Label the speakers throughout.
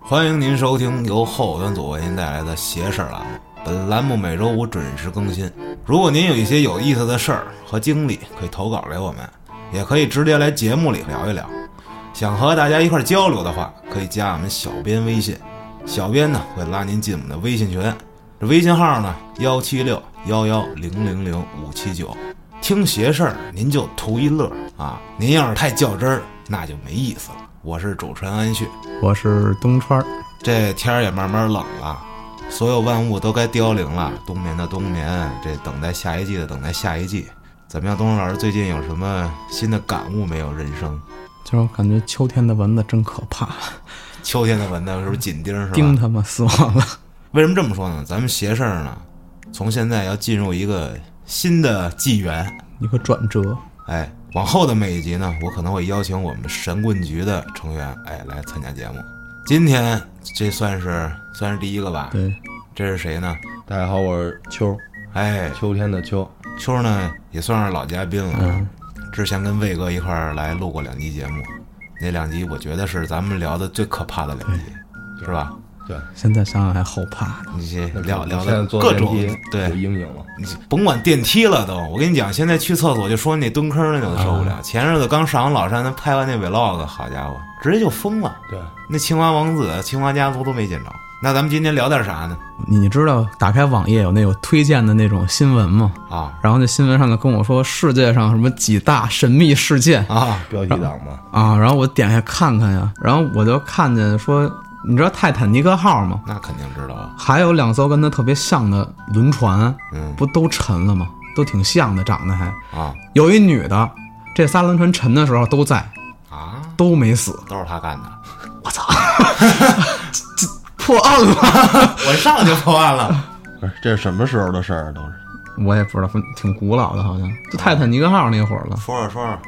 Speaker 1: 欢迎您收听由后端组为您带来的“邪事儿”栏目。本栏目每周五准时更新。如果您有一些有意思的事儿和经历，可以投稿给我们，也可以直接来节目里聊一聊。想和大家一块儿交流的话，可以加我们小编微信，小编呢会拉您进我们的微信群，这微信号呢幺七六幺幺零零零五七九。听邪事儿您就图一乐啊，您要是太较真儿，那就没意思了。我是主持人安旭，
Speaker 2: 我是东川儿，
Speaker 1: 这天儿也慢慢冷了，所有万物都该凋零了。冬眠的冬眠，这等待下一季的等待下一季。怎么样，东升老师最近有什么新的感悟没有？人生，
Speaker 2: 就是我感觉秋天的蚊子真可怕，
Speaker 1: 秋天的蚊子是不是紧盯是
Speaker 2: 叮
Speaker 1: 吧？
Speaker 2: 他妈死亡了。
Speaker 1: 为什么这么说呢？咱们邪事儿呢，从现在要进入一个新的纪元。
Speaker 2: 一个转折，
Speaker 1: 哎，往后的每一集呢，我可能会邀请我们神棍局的成员哎来参加节目。今天这算是算是第一个吧？
Speaker 2: 对，
Speaker 1: 这是谁呢？
Speaker 3: 大家好，我是秋，
Speaker 1: 哎，
Speaker 3: 秋天的秋。
Speaker 1: 秋儿呢也算是老嘉宾了，
Speaker 2: 嗯
Speaker 1: 之前跟魏哥一块儿来录过两集节目，那两集我觉得是咱们聊的最可怕的两集，是吧？
Speaker 3: 对，
Speaker 2: 现在想想还后怕呢。
Speaker 1: 你这
Speaker 3: 那
Speaker 1: 聊
Speaker 3: 我
Speaker 1: 聊
Speaker 3: 现在
Speaker 1: 的
Speaker 3: 坐
Speaker 1: 各
Speaker 3: 电
Speaker 1: 种
Speaker 3: 梯有
Speaker 1: 对，
Speaker 3: 阴影了。
Speaker 1: 你甭管电梯了都，我跟你讲，现在去厕所就说那蹲坑儿那都受不
Speaker 3: 嗯
Speaker 1: 了。前日子刚上老山，他拍完那 vlog，好家伙，直接就疯了。
Speaker 3: 对，
Speaker 1: 那青蛙王子、青蛙家族都没见着。那咱们今天聊点啥呢？
Speaker 2: 你知道打开网页有那有推荐的那种新闻吗？
Speaker 1: 啊
Speaker 2: 然后那新闻上就跟我说世界上什么几大神秘事件
Speaker 1: 啊，
Speaker 3: 标题党嘛，
Speaker 2: 啊，然后我点开看看呀，然后我就看见说，你知道泰坦尼克号吗？
Speaker 1: 那肯定知道啊。
Speaker 2: 还有两艘跟它特别像的轮船，
Speaker 1: 嗯
Speaker 2: 不都沉了吗？都挺像的，长得还。
Speaker 1: 啊
Speaker 2: 有一女的，这仨轮船沉的时候都在，
Speaker 1: 啊，
Speaker 2: 都没死。
Speaker 1: 都是他干 的。
Speaker 2: 破案了，
Speaker 1: 我上来就破案了。
Speaker 3: 不是这是什么时候的事儿啊？都是
Speaker 2: 我也不知道，挺古老的，好像就泰坦尼克号那会儿了。
Speaker 1: 说说说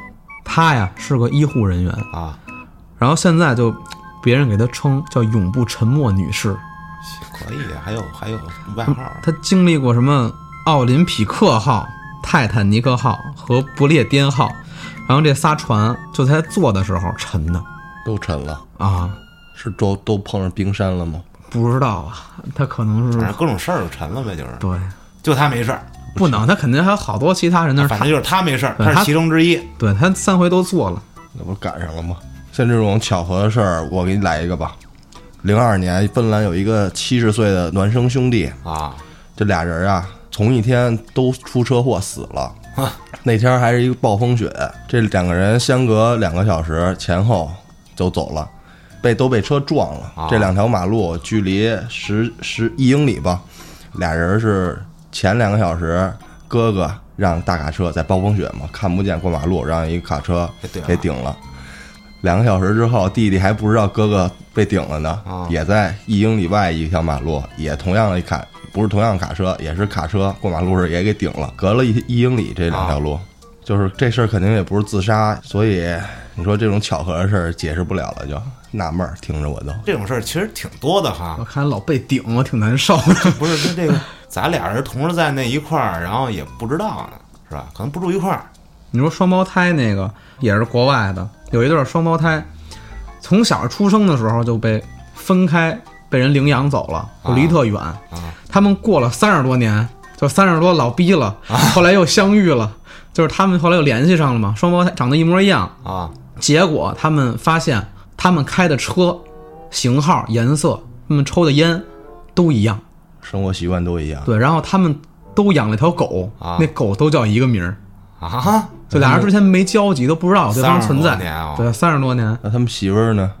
Speaker 2: 他呀是个医护人员，
Speaker 1: 说啊，
Speaker 2: 然后现在就别人给他称叫“永不沉默女士
Speaker 1: 可以，还有还有外号”。
Speaker 2: 她经历过什么奥林匹克号、泰坦尼克号和不列颠号，然后这仨船就在她坐的时候沉的
Speaker 3: 都沉了，
Speaker 2: 啊，
Speaker 3: 是都都碰上冰山了吗？
Speaker 2: 不知道啊，他可能
Speaker 1: 反
Speaker 2: 是
Speaker 1: 正各种事儿就沉了呗，就是，
Speaker 2: 对，
Speaker 1: 就他没事儿，
Speaker 2: 不能，他肯定还有好多其他人那儿
Speaker 1: 啊反正就是他没事儿，
Speaker 2: 对
Speaker 1: 他是其中之一。
Speaker 2: 对他三回都做了，
Speaker 3: 那不是赶上了吗？像这种巧合的事儿，我给你来一个吧。零二年，芬兰有一个七十岁的孪生兄弟，
Speaker 1: 啊
Speaker 3: 这俩人啊，同一天都出车祸死了。
Speaker 1: 啊
Speaker 3: 那天还是一个暴风雪，这两个人相隔两个小时前后就走了，被都被车撞了。
Speaker 1: 啊
Speaker 3: 这两条马路距离十十一英里吧，俩人是前两个小时哥哥让大卡车在暴风雪嘛看不见过马路，让一卡车
Speaker 1: 给顶了
Speaker 3: 给顶了。两个小时之后，弟弟还不知道哥哥被顶了呢，
Speaker 1: 啊
Speaker 3: 也在一英里外一条马路，也同样一卡，不是同样卡车，也是卡车过马路时也给顶了，隔了一一英里这两条路，就是这事儿肯定也不是自杀，所以你说这种巧合的事儿解释不了了就，纳闷儿，听着我都
Speaker 1: 这种事儿其实挺多的哈
Speaker 2: 我，看老被顶，我挺难受的。
Speaker 1: 不是跟这个，咱俩人同时在那一块儿，然后也不知道呢，是吧？可能不住一块儿
Speaker 2: 你说双胞胎那个也是国外的，有一对双胞胎，从小出生的时候就被分开，被人领养走了，就离特远。他们过了三十多年，就三十多老逼了， 后来又相遇了，就是他们后来又联系上了嘛，双胞胎长得一模一样，
Speaker 1: 啊
Speaker 2: 结果他们发现他们开的车型号、颜色，他们抽的烟都一样。
Speaker 3: 生活习惯都一样。
Speaker 2: 对，然后他们都养了条狗，
Speaker 1: 啊
Speaker 2: 那狗都叫一个名儿，
Speaker 1: 啊！
Speaker 2: 就俩人之前没交集，都不知道有对方
Speaker 1: 30
Speaker 2: 存在
Speaker 1: 多。年啊
Speaker 2: 对，三十多年，
Speaker 3: 那他们媳妇儿呢？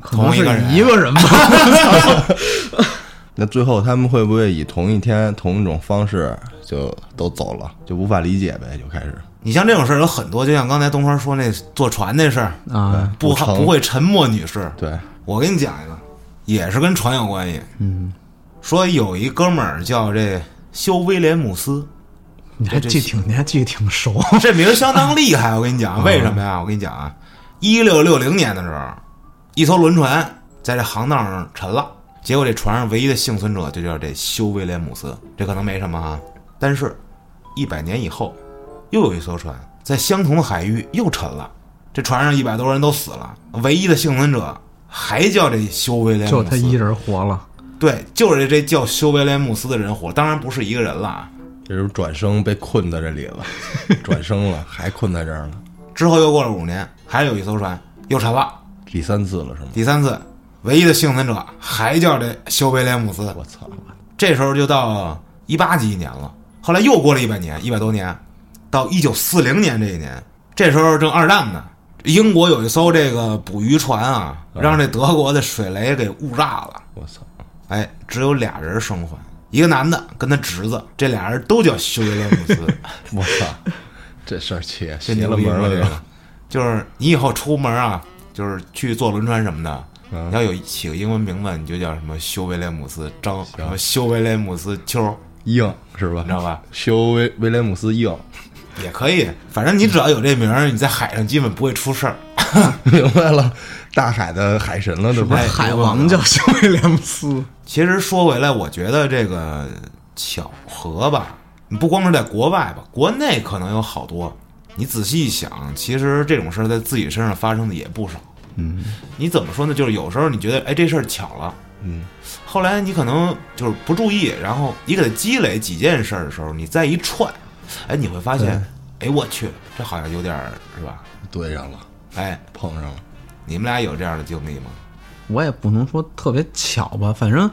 Speaker 2: 可能
Speaker 1: 同一
Speaker 2: 是
Speaker 1: 个人
Speaker 2: 一个 人吧。
Speaker 3: 那最后他们会不会以同一天同一种方式就都走了，就无法理解呗？就开始
Speaker 1: 你像这种事儿有很多，就像刚才东川说那坐船那事儿，
Speaker 2: 啊，
Speaker 1: 不
Speaker 3: 不成
Speaker 1: 不会沉默女士，
Speaker 3: 对，
Speaker 1: 我给你讲一个，也是跟船有关系。嗯，说有一哥们儿叫这修威廉姆斯，
Speaker 2: 你还记挺，你还记得挺熟。
Speaker 1: 这名儿相当厉害。我跟你
Speaker 2: 嗯
Speaker 1: 讲，为什么呀？我跟你讲啊，一六六零年的时候，一艘轮船在这航道上沉了，结果这船上唯一的幸存者就叫这修威廉姆斯。这可能没什么啊，但是，一百年以后，又有一艘船在相同的海域又沉了，这船上一百多人都死了，唯一的幸存者还叫这修威廉
Speaker 2: 就
Speaker 1: 姆
Speaker 2: 他
Speaker 1: 斯，
Speaker 2: 一人活了。
Speaker 1: 对，就是这叫修威廉姆斯的人活，当然不是一个人了啊。
Speaker 3: 这是转生被困在这里了， 转生了还困在这儿了，
Speaker 1: 之后又过了五年，还有一艘船又沉了，
Speaker 3: 第三次了是吗？
Speaker 1: 第三次，唯一的幸存者还叫这修威廉姆斯。
Speaker 3: 我操！
Speaker 1: 这时候就到一八几一年了，后来又过了一百年，一百多年，到一九四零年这一年，这时候正二战呢，英国有一艘这个捕鱼船啊，让这德国的水雷给误炸了，
Speaker 3: 我操！
Speaker 1: 哎，只有俩人生还，一个男的跟他侄子，这俩人都叫休杰勒姆斯，
Speaker 3: 我操！这事儿邪
Speaker 1: 这
Speaker 3: 邪
Speaker 1: 牛
Speaker 3: 了
Speaker 1: 逼
Speaker 3: 门
Speaker 1: 吗
Speaker 3: 了
Speaker 1: 这
Speaker 3: 又
Speaker 1: 个。就是你以后出门啊，就是去坐轮船什么的。
Speaker 3: 嗯
Speaker 1: 你要有起个英文名字，你就叫什么休威廉姆斯张，什么休威廉姆斯秋，
Speaker 3: 硬是吧？
Speaker 1: 你知道吧？
Speaker 3: 修威威廉姆斯硬，
Speaker 1: 也可以，反正你只要有这名儿，你在海上基本不会出事儿。
Speaker 3: 明白了，大海的海神了，这不
Speaker 2: 不
Speaker 3: 是
Speaker 1: 哎
Speaker 2: 是海王叫修威廉姆斯，
Speaker 1: 其实说回来，我觉得这个巧合吧，你不光是在国外吧，国内可能有好多。你仔细一想，其实这种事儿在自己身上发生的也不少。嗯，你怎么说呢？就是有时候你觉得，哎，这事儿巧了，
Speaker 3: 嗯，
Speaker 1: 后来你可能就是不注意，然后你给它积累几件事儿的时候，你再一串，哎，你会发现，哎，我去，这好像有点儿是吧？
Speaker 3: 对上了，
Speaker 1: 哎，
Speaker 3: 碰上了，
Speaker 1: 你们俩有这样的经历吗？
Speaker 2: 我也不能说特别巧吧，反正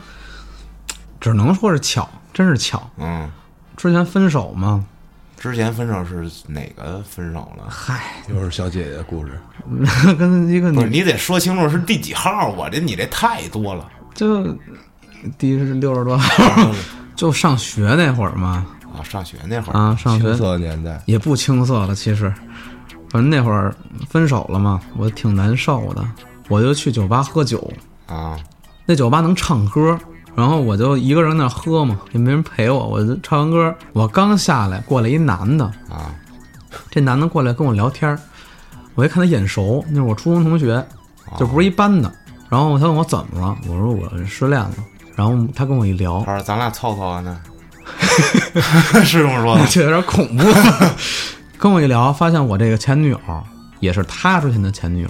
Speaker 2: 只能说是巧，真是巧。
Speaker 1: 嗯，
Speaker 2: 之前分手嘛，
Speaker 1: 之前分手是哪个分手了？
Speaker 2: 嗨，
Speaker 3: 又是小姐姐的故事，
Speaker 2: 跟一个
Speaker 1: 不是，
Speaker 2: 女
Speaker 1: 你得说清楚是第几号。我这你这太多了。
Speaker 2: 就第是六十多号，就上学那会儿嘛，
Speaker 1: 啊，上学那会儿，
Speaker 2: 啊，上
Speaker 3: 青
Speaker 2: 学
Speaker 3: 涩年代，
Speaker 2: 也不青涩了，其实，反正那会儿分手了嘛，我挺难受的，我就去酒吧喝酒，
Speaker 1: 啊，
Speaker 2: 那酒吧能唱歌，然后我就一个人在那喝嘛，也没人陪我，我就唱完歌，我刚下来过来一男的
Speaker 1: 啊，
Speaker 2: 这男的过来跟我聊天儿，我一看他眼熟，那是我初中同学，就不是一班的，然后他问我怎么了，我说我失恋了，然后他跟我一聊，
Speaker 1: 他说咱俩凑凑啊 呢，是这么说
Speaker 2: 我
Speaker 1: 的
Speaker 2: 觉得有点恐怖。跟我一聊，发现我这个前女友也是他之前的前女友，。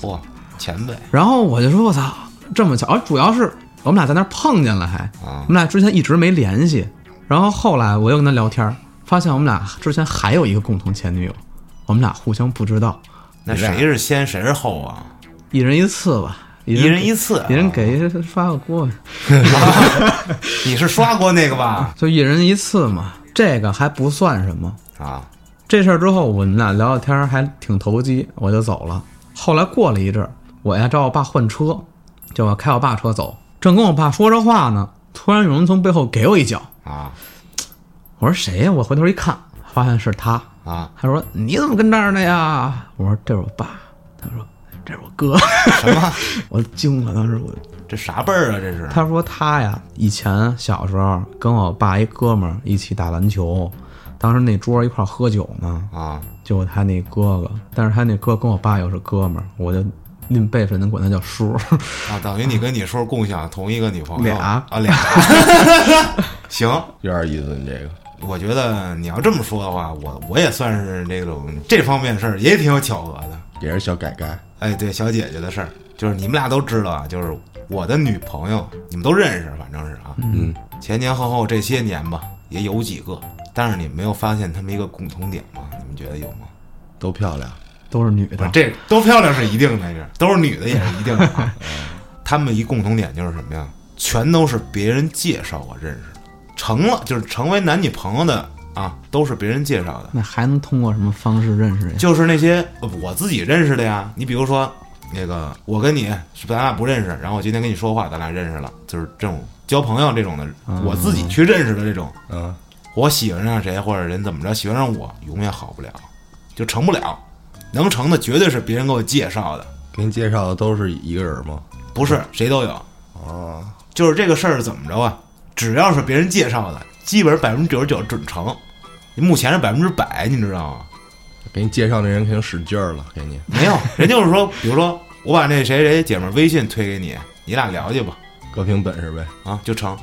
Speaker 1: 嚯，前辈
Speaker 2: 然后我就说我操，这么巧，而主要是我们俩在那儿碰见了还，
Speaker 1: 啊
Speaker 2: 我们俩之前一直没联系，然后后来我又跟他聊天，发现我们俩之前还有一个共同前女友，我们俩互相不知道，
Speaker 1: 那谁是先谁是后啊？
Speaker 2: 一人一次吧，一
Speaker 1: 一
Speaker 2: 人
Speaker 1: 人一次啊，
Speaker 2: 一人给刷个锅，
Speaker 1: 你是刷过那个 吧？
Speaker 2: 就一人一次嘛，这个还不算什么。
Speaker 1: 啊，
Speaker 2: 这事儿之后，我们俩聊聊天儿还挺投机，我就走了。后来过了一阵儿，我呀找我爸换车，就我开我爸车走，正跟我爸说着话呢，突然有人从背后给我一脚，
Speaker 1: 啊
Speaker 2: 我说谁呀？我回头一看，发现是他。
Speaker 1: 啊，
Speaker 2: 他说你怎么跟这儿呢呀？我说这是我爸。他说这是我哥。
Speaker 1: 什么？
Speaker 2: 我惊了，当时我
Speaker 1: 这啥辈儿啊？这是
Speaker 2: 他说他呀，以前小时候跟我爸一哥们儿一起打篮球，当时那桌一块儿喝酒呢，
Speaker 1: 啊，
Speaker 2: 就他那哥哥，但是他那哥跟我爸又是哥们儿，我就论辈分能管他叫叔。
Speaker 1: 啊，等于你跟你叔共享同一个女朋友
Speaker 2: 俩
Speaker 1: 啊俩， 行。
Speaker 3: 有点意思，你这个
Speaker 1: 我觉得你要这么说的话，我我也算是这种这方面事儿也挺有巧合的。
Speaker 3: 也是小改改，
Speaker 1: 哎，对，小姐姐的事儿，就是你们俩都知道啊，就是我的女朋友，你们都认识，反正是啊，
Speaker 3: 嗯，
Speaker 1: 前前后后这些年吧，也有几个，但是你没有发现他们一个共同点吗？你们觉得有吗？
Speaker 3: 都漂亮，
Speaker 2: 都是女
Speaker 1: 不是
Speaker 2: 的，
Speaker 1: 这都漂亮是一定的，是都是女的也是一定的、啊。他们一共同点就是什么呀？全都是别人介绍我认识的，成了就是成为男女朋友的啊，都是别人介绍的。
Speaker 2: 那还能通过什么方式认识人？
Speaker 1: 就是那些呃我自己认识的呀。你比如说，那个我跟你是咱俩不认识，然后我今天跟你说话，咱俩认识了，就是这种交朋友这种的，我自己去认识的这种，
Speaker 3: 啊，
Speaker 1: 我喜欢上谁或者人怎么着喜欢上我，永远好不了，就成不了。能成的绝对是别人给我介绍的，
Speaker 3: 给你介绍的都是一个人吗？
Speaker 1: 不是谁都有。
Speaker 3: 哦，
Speaker 1: 就是这个事儿怎么着啊？只要是别人介绍的，基本百分之九十九准成。目前是百分之百，你知道吗？
Speaker 3: 给你介绍那人肯定使劲儿了，给你
Speaker 1: 没有，人就是说，比如说我把那谁谁姐们儿微信推给你，你俩聊去吧，
Speaker 3: 各凭本事呗。
Speaker 1: 啊，就成。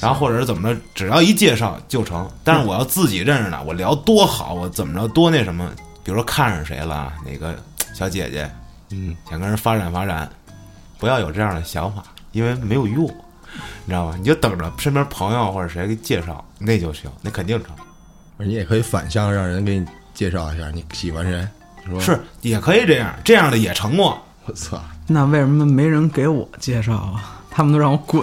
Speaker 1: 然后或者是怎么着，只要一介绍就成。但是我要自己认识的，我聊多好，我怎么着多那什么，比如说看上谁了，哪个小姐姐
Speaker 3: 嗯，
Speaker 1: 想跟人发展发展，不要有这样的想法，因为没有用，你知道吧？你就等着身边朋友或者谁给介绍，那就行，那肯定成。
Speaker 3: 你也可以反向让人给你介绍一下你喜欢谁，是吧？
Speaker 1: 是，也可以这样，这样的也成过。
Speaker 3: 我操，
Speaker 2: 那为什么没人给我介绍啊？他们都让我滚。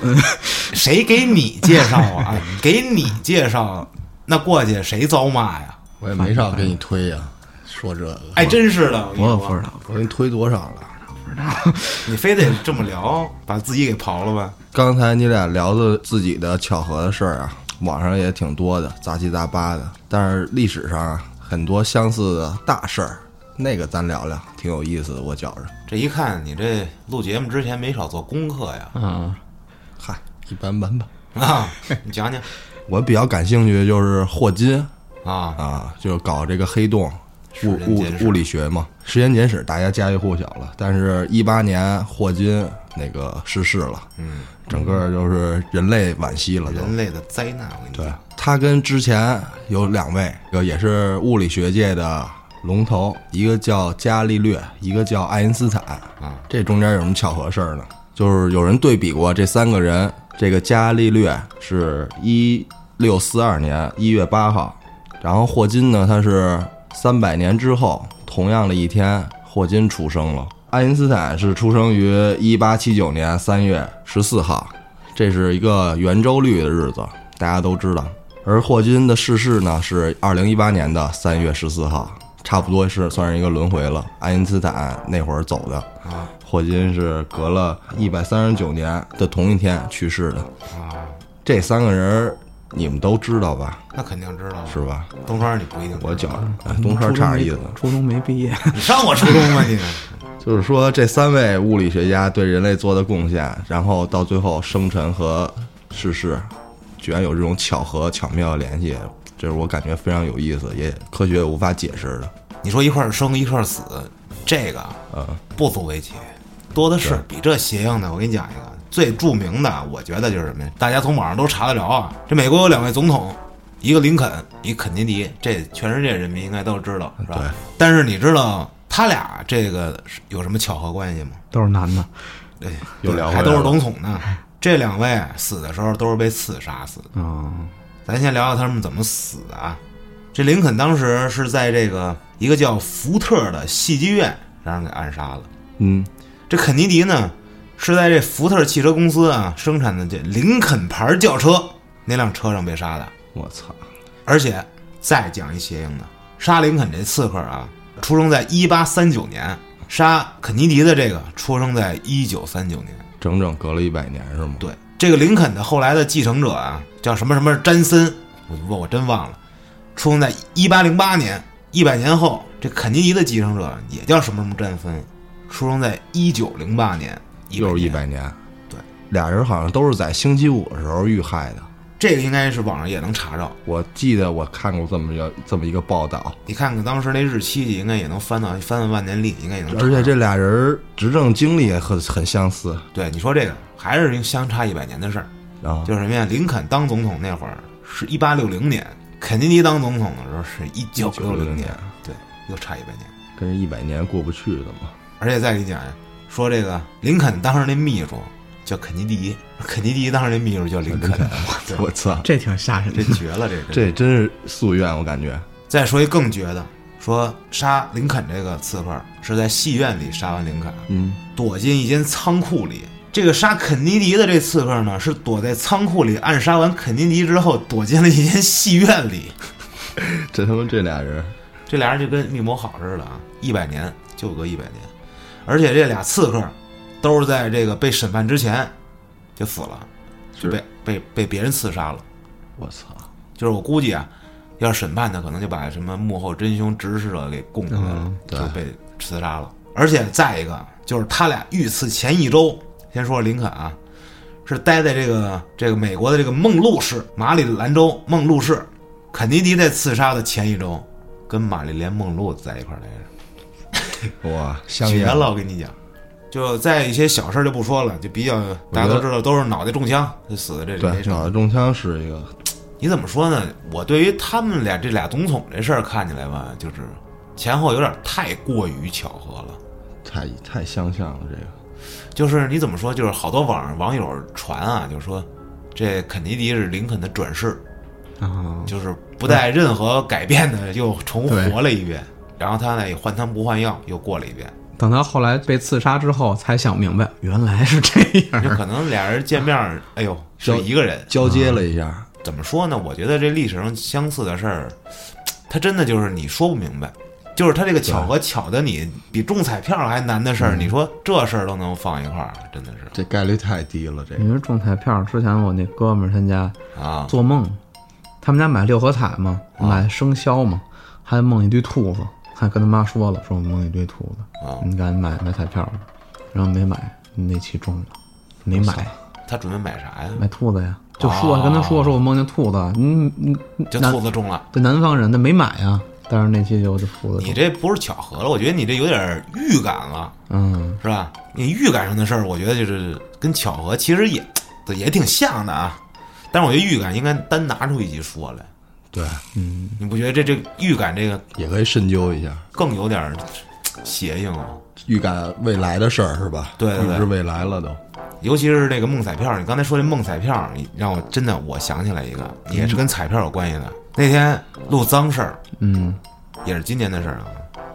Speaker 1: 谁给你介绍 啊？给你介绍，那过去谁遭骂呀？
Speaker 3: 我也没少给你推呀、说这个，
Speaker 1: 哎，真是的，
Speaker 2: 我
Speaker 1: 跟
Speaker 2: 也
Speaker 1: 你
Speaker 2: 不
Speaker 1: 说
Speaker 2: 知道，
Speaker 3: 我给你推多少了？
Speaker 1: 你非得这么聊，把自己给刨了呗？
Speaker 3: 刚才你俩聊的自己的巧合的事儿啊，网上也挺多的，杂七杂八的。但是历史上啊，很多相似的大事儿，那个咱聊聊，挺有意思的。我觉着，
Speaker 1: 这一看你这录节目之前没少做功课呀，
Speaker 2: 啊，
Speaker 3: 嗨，一般般吧。
Speaker 1: 啊，你讲讲
Speaker 3: 我比较感兴趣的就是霍金
Speaker 1: 啊，
Speaker 3: 啊，就是搞这个黑洞
Speaker 1: 时
Speaker 3: 物
Speaker 1: 间
Speaker 3: 物
Speaker 1: 简史
Speaker 3: 物理学嘛，《时间简史》大家家喻户晓了。但是，一八年霍金那个逝世了，
Speaker 1: 嗯，
Speaker 3: 整个就是人类惋惜了都。
Speaker 1: 人类的灾难，我跟你
Speaker 3: 对
Speaker 1: 讲，，
Speaker 3: 他跟之前有两位，一个也是物理学界的龙头，一个叫伽利略，一个叫爱因斯坦。
Speaker 1: 啊，
Speaker 3: 这中间有什么巧合事儿呢？就是有人对比过这三个人，这个伽利略是一六四二年一月八号，然后霍金呢，他是三百年之后，同样的一天，霍金出生了。爱因斯坦是出生于一八七九年三月十四号，这是一个圆周率的日子，大家都知道。而霍金的逝世呢是二零一八年的三月十四号，差不多是算是一个轮回了。爱因斯坦那会儿走的，
Speaker 1: 啊
Speaker 3: 霍金是隔了一百三十九年的同一天去世的。
Speaker 1: 啊，
Speaker 3: 这三个人儿你们都知道吧？
Speaker 1: 那肯定知道了
Speaker 3: 是吧？
Speaker 1: 东川你不一定知道，
Speaker 3: 我觉着哎东川差点意思。
Speaker 2: 初中没毕业，
Speaker 1: 你上过初中吗你？
Speaker 3: 就是说，这三位物理学家对人类做的贡献，然后到最后生辰和逝世，居然有这种巧合巧妙的联系，这是我感觉非常有意思，也科学无法解释的。
Speaker 1: 你说一块儿生一块儿死，这个
Speaker 3: 嗯
Speaker 1: 不足为奇，多的是。比这邪性的，我给你讲一个最著名的，我觉得就是什么呀？大家从网上都查得着啊。这美国有两位总统，一个林肯，一个肯尼迪，这全世界人民应该都知道，是吧
Speaker 3: 对？
Speaker 1: 但是你知道他俩这个是有什么巧合关系吗？ 哎
Speaker 2: 都是男的。
Speaker 1: 对，
Speaker 3: 又聊回来
Speaker 1: 还
Speaker 3: 了
Speaker 1: 都是总统呢。这两位死的时候都是被刺杀死的。
Speaker 2: 嗯，
Speaker 1: 咱先聊聊他们怎么死的啊。这林肯当时是在这个一个叫福特的戏剧院让人给暗杀了。
Speaker 3: 嗯，
Speaker 1: 这肯尼迪呢，是在这福特汽车公司啊生产的这林肯牌轿车那辆车上被杀的。
Speaker 3: 我操，
Speaker 1: 而且再讲一邪性的，杀林肯这刺客啊，出生在一八三九年，杀肯尼迪的这个出生在一九三九年。
Speaker 3: 整整隔了一百年是吗？
Speaker 1: 对，这个林肯的后来的继承者啊，叫什么什么詹森，我我我真忘了，出生在一八零八年，一百年后，这肯尼迪的继承者也叫什么什么詹森，出生在一九零八年，
Speaker 3: 又是一
Speaker 1: 年
Speaker 3: 百年。
Speaker 1: 对，
Speaker 3: 俩人好像都是在星期五的时候遇害的。
Speaker 1: 这个应该是网上也能查着，
Speaker 3: 我记得我看过这么一这么一个报道，
Speaker 1: 你看看当时那日期，应该也能翻到翻翻万年历，应该也能查着。
Speaker 3: 而且这俩人执政经历也很很相似
Speaker 1: 对你说这个还是相差一百年的事儿，
Speaker 3: 啊，
Speaker 1: 就是什么呀？林肯当总统那会儿是一八六零年，肯尼迪当总统的时候是一九六零
Speaker 3: 1960
Speaker 1: 年
Speaker 3: 年，
Speaker 1: 对，又差一百年。
Speaker 3: 跟一百年过不去的嘛。
Speaker 1: 而且再给你讲呀，说这个林肯当时那秘书叫肯尼迪，肯尼迪当时那秘书叫林肯，对
Speaker 3: 我操，
Speaker 2: 这挺吓 人
Speaker 1: 这
Speaker 2: 的。
Speaker 1: 绝了，这
Speaker 3: 这真是夙愿，我感觉。
Speaker 1: 再说一更绝的，说杀林肯这个刺客是在戏院里杀完林肯，
Speaker 3: 嗯，
Speaker 1: 躲进一间仓库里。这个杀肯尼迪的这刺客呢，是躲在仓库里暗杀完肯尼迪之后，躲进了一间戏院里。
Speaker 3: 这他妈这俩人，
Speaker 1: 这俩人就跟密谋好似的啊，一百年就隔一百年，而且这俩刺客都是在这个被审判之前就死了，就是被被被别人刺杀了。
Speaker 3: 我操，
Speaker 1: 就是我估计啊，要是审判他，可能就把什么幕后真凶、指使者给供出来了，
Speaker 2: 嗯
Speaker 1: 就
Speaker 3: 对
Speaker 1: 被刺杀了。而且再一个，啊就是他俩遇刺前一周，先说林肯啊，是待在这个这个美国的这个梦露市，马里兰州梦露市。肯尼迪在刺杀的前一周，跟玛丽莲梦露在一块儿待着。
Speaker 3: 哇，香
Speaker 1: 绝
Speaker 3: 烟
Speaker 1: 了！我跟你讲，就在一些小事儿就不说了，就比较大家都知道都是脑袋中枪就死的这
Speaker 3: 对
Speaker 1: 这，种。
Speaker 3: 脑袋中枪是一个，
Speaker 1: 你怎么说呢？我对于他们俩这俩总统这事儿看起来吧，就是前后有点太过于巧合了。
Speaker 3: 太太相像了，这个
Speaker 1: 就是你怎么说，就是好多网网友传啊，就说这肯尼迪是林肯的转世，
Speaker 2: 啊，
Speaker 1: 就是不带任何改变的又重活了一遍，然后他呢也换汤不换药又过了一遍，
Speaker 2: 等他后来被刺杀之后，才想明白原来是这
Speaker 1: 就
Speaker 2: 样。
Speaker 1: 可能俩人见面儿，哎呦是
Speaker 3: 交
Speaker 1: 一个人，
Speaker 3: 交接了一下，
Speaker 1: 怎么说呢？我觉得这历史上相似的事儿，它真的就是你说不明白，就是它这个巧合巧的你比中彩票还难的事儿，你说这事儿都能放一块儿，真的是
Speaker 3: 这概率太低了，
Speaker 1: 嗯
Speaker 3: 这个
Speaker 2: 你说中彩票之前，我那哥们儿他家
Speaker 1: 啊
Speaker 2: 做梦，他们家买六合彩嘛，买生肖嘛，还梦一堆兔子，还跟他妈说了，说我梦一堆兔子，
Speaker 1: 啊！
Speaker 2: 你赶紧买买彩票吧，然后没买，那期中了，没买，
Speaker 1: 他准备买啥呀？
Speaker 2: 买兔子呀，就说
Speaker 1: 哦
Speaker 2: 跟他说说我梦见兔子，嗯嗯，
Speaker 1: 就
Speaker 2: 南
Speaker 1: 兔子中了。
Speaker 2: 这南方人的没买呀，但是那期就就兔子
Speaker 1: 你
Speaker 2: 中，
Speaker 1: 这不是巧合了，我觉得你这有点预感了，
Speaker 2: 嗯，
Speaker 1: 是吧？你预感上的事儿，我觉得就是跟巧合其实也也挺像的啊。但是我觉得预感应该单拿出一集说来，
Speaker 3: 对，
Speaker 1: 你不觉得这这预感这个
Speaker 3: 也可以深究一下，
Speaker 1: 更有点儿邪性吗？
Speaker 3: 预感未来的事儿是吧？
Speaker 1: 对对对
Speaker 3: 预知未来了都。
Speaker 1: 尤其是那个梦彩票，你刚才说这梦彩票，你让我真的我想起来一个，也是跟彩票有关系的。那天录脏事儿，
Speaker 2: 嗯，
Speaker 1: 也是今年的事儿啊，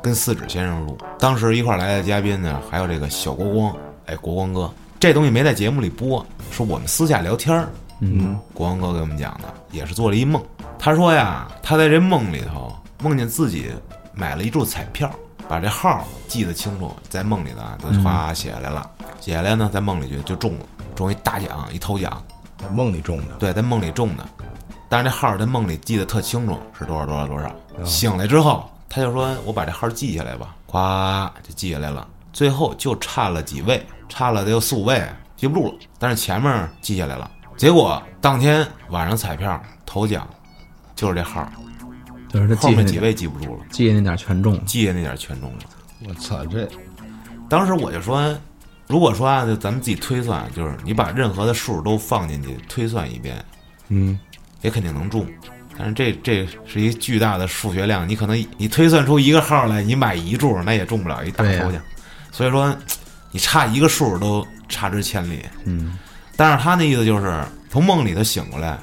Speaker 1: 跟四指先生录，当时一块儿来的嘉宾呢，还有这个小国光，哎，国光哥，这东西没在节目里播，是我们私下聊天儿。嗯，国光哥给我们讲的，也是做了一梦。他说呀，他在这梦里头梦见自己买了一注彩票，把这号儿记得清楚，在梦里头啊都哗写下来了，写下来呢，在梦里就就中了，中一大奖，一头奖，
Speaker 3: 在梦里中的，
Speaker 1: 对，在梦里中的，但是这号儿在梦里记得特清楚，是多少多少多少。醒来之后，他就说：“我把这号儿记下来吧。”咵就记下来了，最后就差了几位，差了得有四五位，记不住了。但是前面记下来了，结果当天晚上彩票头奖就是这号儿，
Speaker 2: 就是这
Speaker 1: 后
Speaker 2: 记
Speaker 1: 面
Speaker 2: 那
Speaker 1: 几
Speaker 2: 点
Speaker 1: 位记不住了，
Speaker 2: 记那点全中了，
Speaker 1: 记下那点儿全中了。
Speaker 3: 我操，这
Speaker 1: 当时我就说，如果说啊，就咱们自己推算，就是你把任何的数都放进去推算一遍，
Speaker 3: 嗯，
Speaker 1: 也肯定能中。但是这这是一巨大的数学量，你可能你推算出一个号来，你买一注，那也中不了一大
Speaker 2: 对呀
Speaker 1: 头奖。所以说，你差一个数都差之千里。嗯，但是他那意思就是从梦里头醒过来，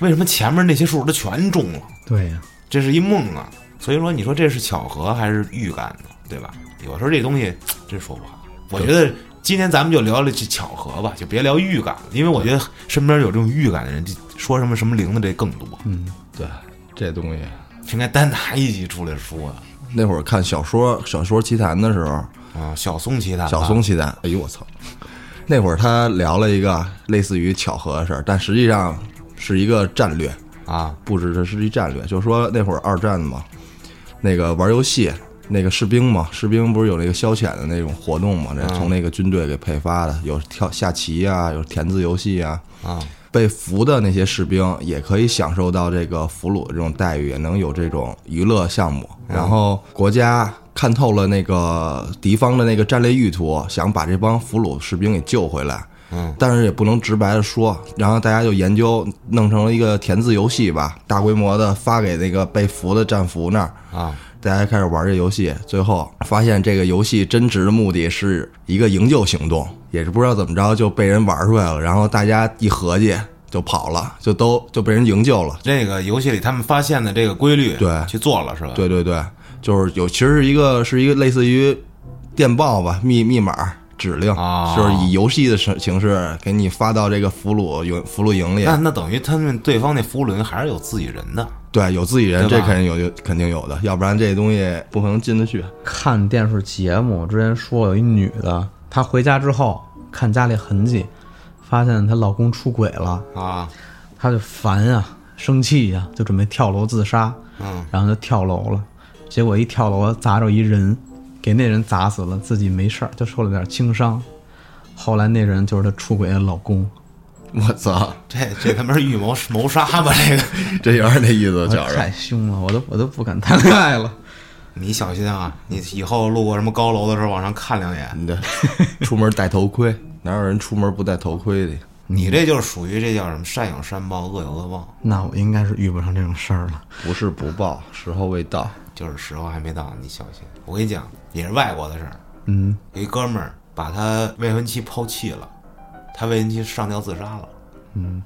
Speaker 1: 为什么前面那些数都全中了？
Speaker 2: 对呀，
Speaker 1: 这是一梦啊。所以说，你说这是巧合还是预感呢？对吧？有时候这东西真说不好。我觉得今天咱们就聊聊这巧合吧，就别聊预感了，因为我觉得身边有这种预感的人，就说什么什么灵的这更多，
Speaker 3: 嗯对这东西，
Speaker 1: 应该单拿一集出来说啊。
Speaker 3: 那会儿看小说《小说奇谭》的时候，
Speaker 1: 啊，小松奇他，
Speaker 3: 小松奇谭，哎呦我操！那会儿他聊了一个类似于巧合的事儿，但实际上是一个战略，
Speaker 1: 啊
Speaker 3: 不只是是一战略，就是说那会儿二战嘛，那个玩游戏，那个士兵嘛，士兵不是有那个消遣的那种活动嘛，这从那个军队给配发的，有跳下棋啊，有填字游戏啊，
Speaker 1: 啊
Speaker 3: 被俘的那些士兵也可以享受到这个俘虏的这种待遇，也能有这种娱乐项目。然后国家看透了那个敌方的那个战略意图，想把这帮俘虏士兵给救回来。
Speaker 1: 嗯，
Speaker 3: 但是也不能直白的说，然后大家就研究，弄成了一个填字游戏吧，大规模的发给那个被俘的战俘那儿，
Speaker 1: 啊
Speaker 3: 大家开始玩这游戏，最后发现这个游戏真实的目的是一个营救行动，也是不知道怎么着就被人玩出来了，然后大家一合计就跑了，就都就被人营救了。
Speaker 1: 这个游戏里他们发现的这个规律，
Speaker 3: 对
Speaker 1: 去做了是吧？，
Speaker 3: 对对对，就是有，其实是一个是一个类似于电报吧，密密码指令，
Speaker 1: 哦
Speaker 3: 就是以游戏的形形式给你发到这个俘虏营俘虏营里。
Speaker 1: 那那等于他们对方那俘虏还是有自己人的，
Speaker 3: 对，有自己人，
Speaker 1: 对
Speaker 3: 这
Speaker 1: 吧
Speaker 3: 肯定有，有肯定有的，要不然这东西不可能进得去。
Speaker 2: 看电视节目，我之前说有一女的，她回家之后看家里痕迹，发现她老公出轨了，
Speaker 1: 啊
Speaker 2: 她就烦呀、生气呀、就准备跳楼自杀，
Speaker 1: 嗯，
Speaker 2: 然后就跳楼了，结果一跳楼砸着一人，给那人砸死了，自己没事儿，就受了点轻伤。后来那人就是她出轨的老公，
Speaker 3: 我操，
Speaker 1: 这这他妈是预谋谋杀吧？这个
Speaker 3: 这有点那意 思，觉着。
Speaker 2: 哎太凶了，我都我都不敢谈恋爱了。
Speaker 1: 你小心啊！你以后路过什么高楼的时候，往上看两眼。
Speaker 3: 你这出门戴头盔，哪有人出门不戴头盔的？
Speaker 1: 你这就是属于这叫什么善有善报，恶有恶报，
Speaker 2: 那我应该是遇不上这种事儿了。
Speaker 3: 不是不报，时候未到。
Speaker 1: 就是时候还没到，你小心。我跟你讲，也是外国的事儿。嗯，有一哥们儿把他未婚妻抛弃了，他未婚妻上吊自杀了。
Speaker 3: 嗯，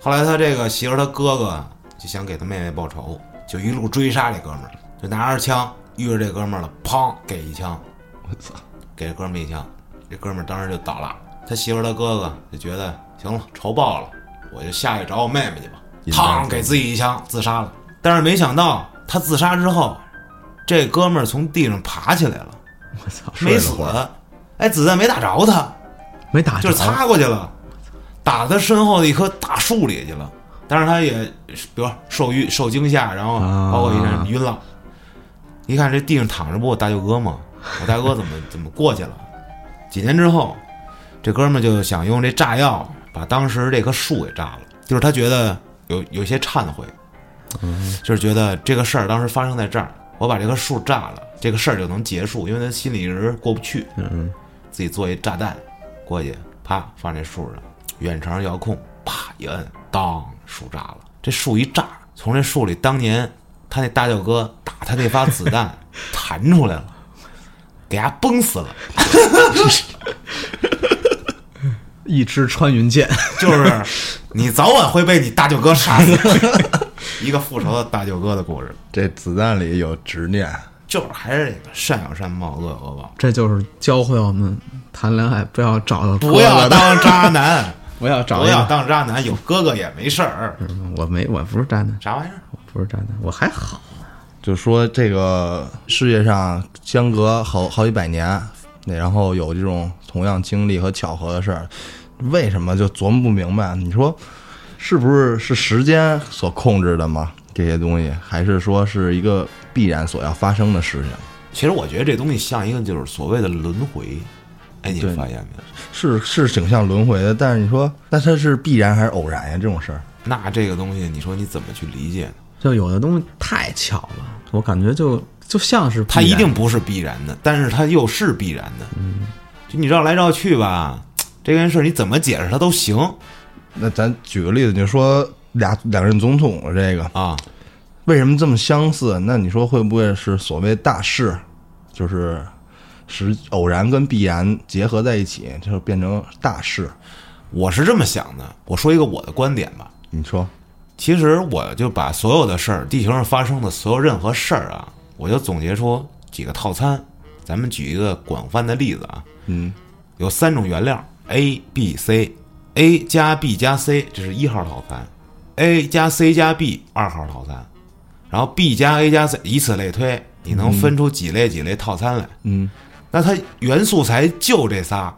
Speaker 1: 后来他这个媳妇儿他哥哥就想给他妹妹报仇，就一路追杀这哥们儿，就拿着枪遇着这哥们儿了，砰给一枪，
Speaker 3: 我操，
Speaker 1: 给这哥们儿一枪，这哥们儿当时就倒了。他媳妇儿他哥哥就觉得行了，仇报了，我就下去找我妹妹去吧，
Speaker 3: 引爆
Speaker 1: 嘡给自己一枪自杀了。但是没想到他自杀之后，这哥们儿从地上爬起来了，
Speaker 2: 我操，
Speaker 1: 没
Speaker 3: 睡
Speaker 1: 死
Speaker 3: 了会儿，
Speaker 1: 哎，子弹没打着他，
Speaker 2: 没打
Speaker 1: 就是
Speaker 2: 着
Speaker 1: 擦过去了，打他身后的一棵大树里去了。但是他也，比如说受晕、受惊吓，然后
Speaker 2: 啊
Speaker 1: 包括一阵晕了。一看这地上躺着不我大舅哥吗？我大哥怎么 怎么过去了？几年之后，这哥们儿就想用这炸药把当时这棵树给炸了，就是他觉得有有一些忏悔，
Speaker 2: 嗯
Speaker 1: 就是觉得这个事儿当时发生在这儿，我把这棵树炸了，这个事儿就能结束，因为他心里一直过不去，
Speaker 2: 嗯，
Speaker 1: 自己做一炸弹过去，啪放这树上，远程遥控，啪一摁，当树炸了。这树一炸，从这树里当年他那大舅哥打他那发子 弹弹出来了，给他崩死了。
Speaker 2: 一支穿云箭，
Speaker 1: 就是你早晚会被你大舅哥杀死，一个复仇的大舅哥的故事，
Speaker 3: 这子弹里有执念，
Speaker 1: 就是还是这个善有善报，恶有恶报，
Speaker 2: 这就是教会我们谈恋爱不要找到
Speaker 1: 不
Speaker 2: 哥
Speaker 1: 要
Speaker 2: 哥的
Speaker 1: 当渣男，
Speaker 2: 不要 找
Speaker 1: 不
Speaker 2: 一
Speaker 1: 要
Speaker 2: 个，
Speaker 1: 当渣男，有哥哥也没事儿，
Speaker 2: 嗯我没我不是渣男，
Speaker 1: 啥玩意儿？
Speaker 2: 我不是渣男，我还好，
Speaker 3: 就说这个世界上相隔好好几百年，那然后有这种同样经历和巧合的事儿，为什么就琢磨不明白？你说是不是是时间所控制的吗？这些东西，还是说是一个必然所要发生的事情？
Speaker 1: 其实我觉得这东西像一个就是所谓的轮回，哎，你发现没有？
Speaker 3: 是是挺像轮回的，但是你说，那它是必然还是偶然呀？这种事儿，
Speaker 1: 那这个东西，你说你怎么去理解呢？
Speaker 2: 就有的东西太巧了，我感觉就就像是
Speaker 1: 它
Speaker 2: 必
Speaker 1: 一
Speaker 2: 然
Speaker 1: 定不是必然的，但是它又是必然的。嗯，就你绕来绕去吧，这件事你怎么解释它都行
Speaker 3: 那咱举个例子，你就说俩两任总统的这个，
Speaker 1: 啊。
Speaker 3: 为什么这么相似？那你说会不会是所谓大势，就是时偶然跟必然结合在一起，就变成大势？
Speaker 1: 我是这么想的，我说一个我的观点吧。
Speaker 3: 你说
Speaker 1: 其实我就把所有的事儿，地球上发生的所有任何事儿啊，我就总结出几个套餐。咱们举一个广泛的例子啊，
Speaker 3: 嗯，
Speaker 1: 有三种原料 A、B、C。A 加 B 加 C 这是一号套餐，A 加 C 加 B 二号套餐，然后 B 加 A 加 C 以此类推，你能分出几类几类套餐来？
Speaker 3: 嗯，
Speaker 1: 那它原素材就这仨，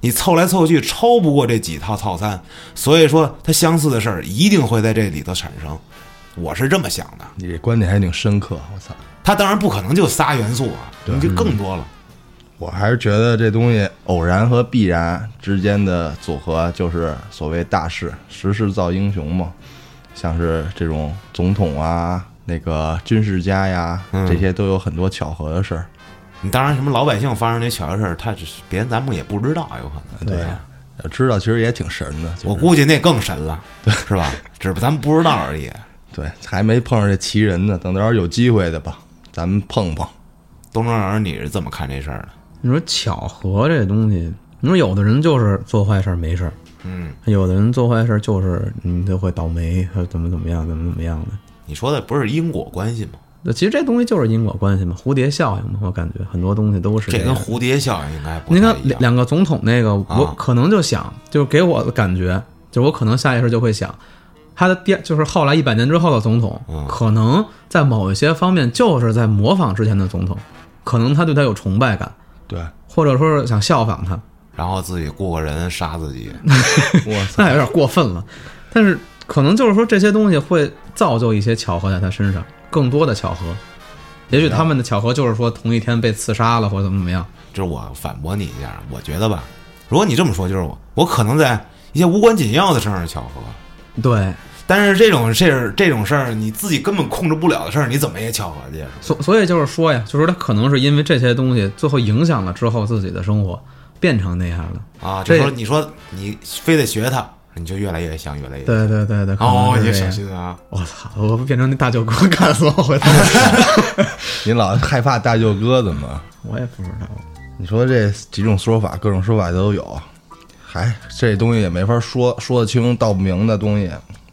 Speaker 1: 你凑来凑去超不过这几套套餐，所以说它相似的事儿一定会在这里头产生。我是这么想的，
Speaker 3: 你这观点还挺深刻，我操！
Speaker 1: 它当然不可能就仨元素啊，你就更多了。
Speaker 3: 我还是觉得这东西偶然和必然之间的组合，就是所谓大势，时势造英雄嘛。像是这种总统啊，那个军事家呀，这些都有很多巧合的事儿。
Speaker 1: 你当然什么老百姓发生这巧事儿，他只是别人咱们也不知道，有可能。
Speaker 3: 对，知道其实也挺神的。就是
Speaker 1: 我估计那更神了，是 吧？只不咱们不知道而已。
Speaker 3: 对，还没碰上这奇人呢，等到时候有机会的吧，咱们碰碰。
Speaker 1: 东庄老师，你是怎么看这事儿的？
Speaker 2: 你说巧合这东西，你说有的人就是做坏事儿没事儿，
Speaker 1: 嗯，
Speaker 2: 有的人做坏事儿就是你就会倒霉，或者怎么怎么样，怎么怎么样的。
Speaker 1: 你说的不是因果关系吗？
Speaker 2: 那其实这东西就是因果关系嘛，蝴蝶效应嘛，我感觉很多东西都是
Speaker 1: 这
Speaker 2: 样
Speaker 1: 跟蝴蝶效应应该不
Speaker 2: 你
Speaker 1: 太
Speaker 2: 看
Speaker 1: 一
Speaker 2: 两
Speaker 1: 样。
Speaker 2: 两个总统那个，我可能就想，就是给我的感觉，就我可能下意识就会想，他的第二就是后来一百年之后的总统，可能在某一些方面就是在模仿之前的总统，可能他对他有崇拜感，
Speaker 3: 对，
Speaker 2: 或者说是想效仿他，
Speaker 1: 然后自己雇个人杀自己，
Speaker 3: 我操，
Speaker 2: 那有点过分了。但是可能就是说这些东西会造就一些巧合在他身上，更多的巧合。也许他们的巧合就是啊说同一天被刺杀了，或者怎么怎么样。
Speaker 1: 这是我反驳你一下，我觉得吧，如果你这么说，就是我，我可能在一些无关紧要的事儿上巧合，
Speaker 2: 对，
Speaker 1: 但是这种事儿，这种事儿你自己根本控制不了的事儿，你怎么也巧合去？
Speaker 2: 所所以就是说呀，就是他可能是因为这些东西最后影响了之后自己的生活，变成那样了。
Speaker 1: 啊，就说
Speaker 2: 这
Speaker 1: 你说你非得学他，你就越来越像，越来越像
Speaker 2: 对对对对，可
Speaker 1: 哦，
Speaker 2: 能
Speaker 1: 你就
Speaker 2: 是这
Speaker 1: 小
Speaker 2: 样。
Speaker 1: 心啊！
Speaker 2: 我操！我变成那大舅哥 干死我回头，
Speaker 3: 你老害怕大舅哥怎么？
Speaker 2: 我也不知道。
Speaker 3: 你说这几种说法，各种说法都有，还这东西也没法说说得清道不明的东西。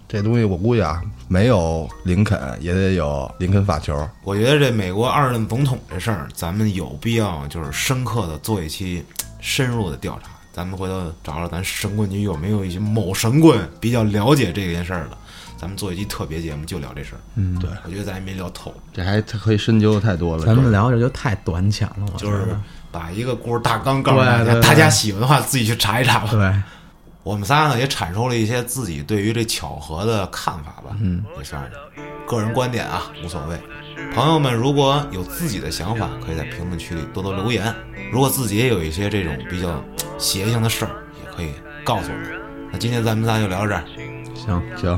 Speaker 3: 这东西我估计啊，没有林肯也得有林肯法球。
Speaker 1: 我觉得这美国二任总统这事儿，咱们有必要就是深刻的做一期深入的调查。咱们回头找找咱神棍局有没有一些某神棍比较了解这件事儿的，咱们做一期特别节目就聊这事儿。嗯，
Speaker 3: 对，
Speaker 1: 我觉得咱也没聊透，
Speaker 3: 这还可以深究的太多了。
Speaker 2: 咱们聊这就太短浅了，我觉
Speaker 1: 就是
Speaker 2: 得。
Speaker 1: 把一个故事大纲告诉大
Speaker 2: 对
Speaker 1: 家，
Speaker 2: 对
Speaker 1: 大家喜欢的话自己去查一查吧。
Speaker 2: 对，
Speaker 1: 我们仨呢也阐述了一些自己对于这巧合的看法吧，嗯，也算是个人观点啊，无所谓。朋友们如果有自己的想法，可以在评论区里多多留言。如果自己也有一些这种比较邪性的事儿，也可以告诉我们。那今天咱们仨就聊到这儿，
Speaker 2: 行，
Speaker 3: 行，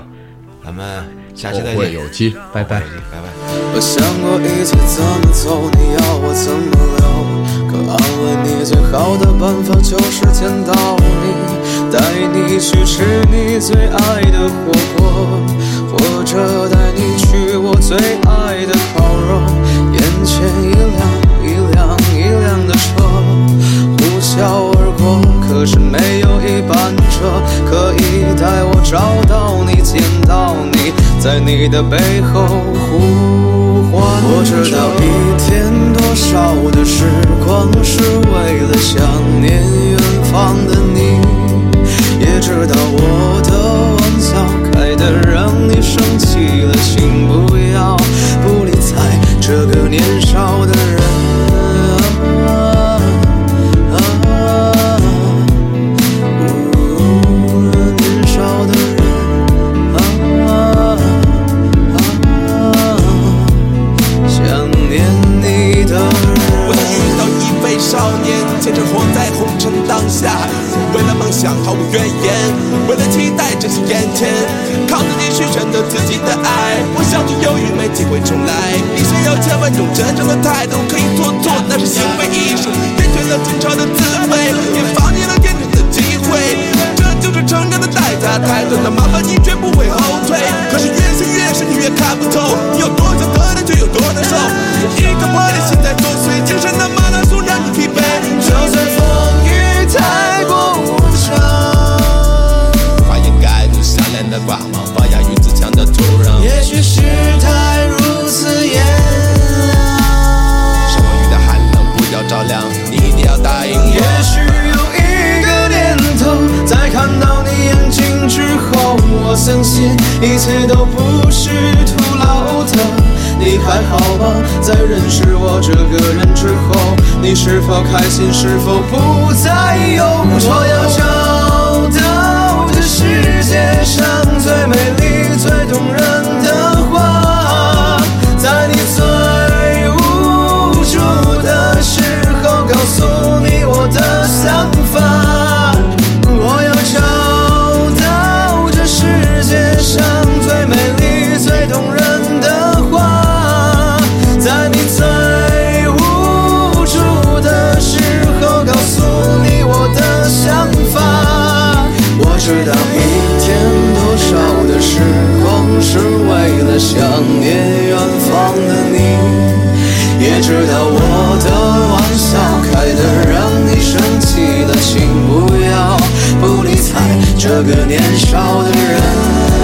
Speaker 1: 咱们下期再
Speaker 3: 后
Speaker 1: 见，
Speaker 3: 会有期。
Speaker 2: 拜拜。
Speaker 1: 拜拜。
Speaker 4: 我想过一切怎么走，你要我怎么留？可安慰你最好的办法就是见到你，带你去吃你最爱的火锅，或者带你去我最爱的烤肉。眼前一亮一亮一亮的车，呼啸而过，可是没有一班车可以带我找到你，见到你，在你的背后呼。我知道一天多少的时光是为了想念远方的你，也知道我的玩笑开得让你生气了，请不要不理睬这个年少的人。啊啊哦年少的人啊啊想念你的
Speaker 5: 我
Speaker 4: 人
Speaker 5: 曾。遇到一位少年，虔诚活在红尘当下，为了梦想毫无怨言，为了期待珍惜眼前，靠自己去选择自己的爱。我想去犹豫，没机会重来。你想要千万种真诚的态度，可以做错，那是行为艺术。厌倦了争吵的滋味，也放弃了天真的机会。这就是成长的代价，太短的麻烦你绝不会后退。可是越想越深，你越看不透，你有多想得到，就有多难受。一个玻璃心在作祟，精神的马拉松让你疲惫。
Speaker 4: 就算风雨太过无常，
Speaker 5: 话应该如闪亮的光芒，发芽于自强的土壤。
Speaker 4: 也许世态如此炎
Speaker 5: 生
Speaker 4: 凉。
Speaker 5: 活遇到寒冷，不要着凉，你一定要答应
Speaker 4: 也
Speaker 5: 我。
Speaker 4: 许有一个念头，在看到你眼睛之后，我相信一切都不是徒劳的。你还好吗？在认识我这个人之后，你是否开心？是否不再忧愁？我要找到这世界上最美丽、最动人的花，在你最无助的时候，告诉你我的想法。我要找到这世界上最美丽、最动人的花，在你最无助的时候，告诉你我的想法。我知道一天多少的时光是为了想念远方的你。也知道我的玩笑开得让你生气了，请不要不理睬这个年少的人。哦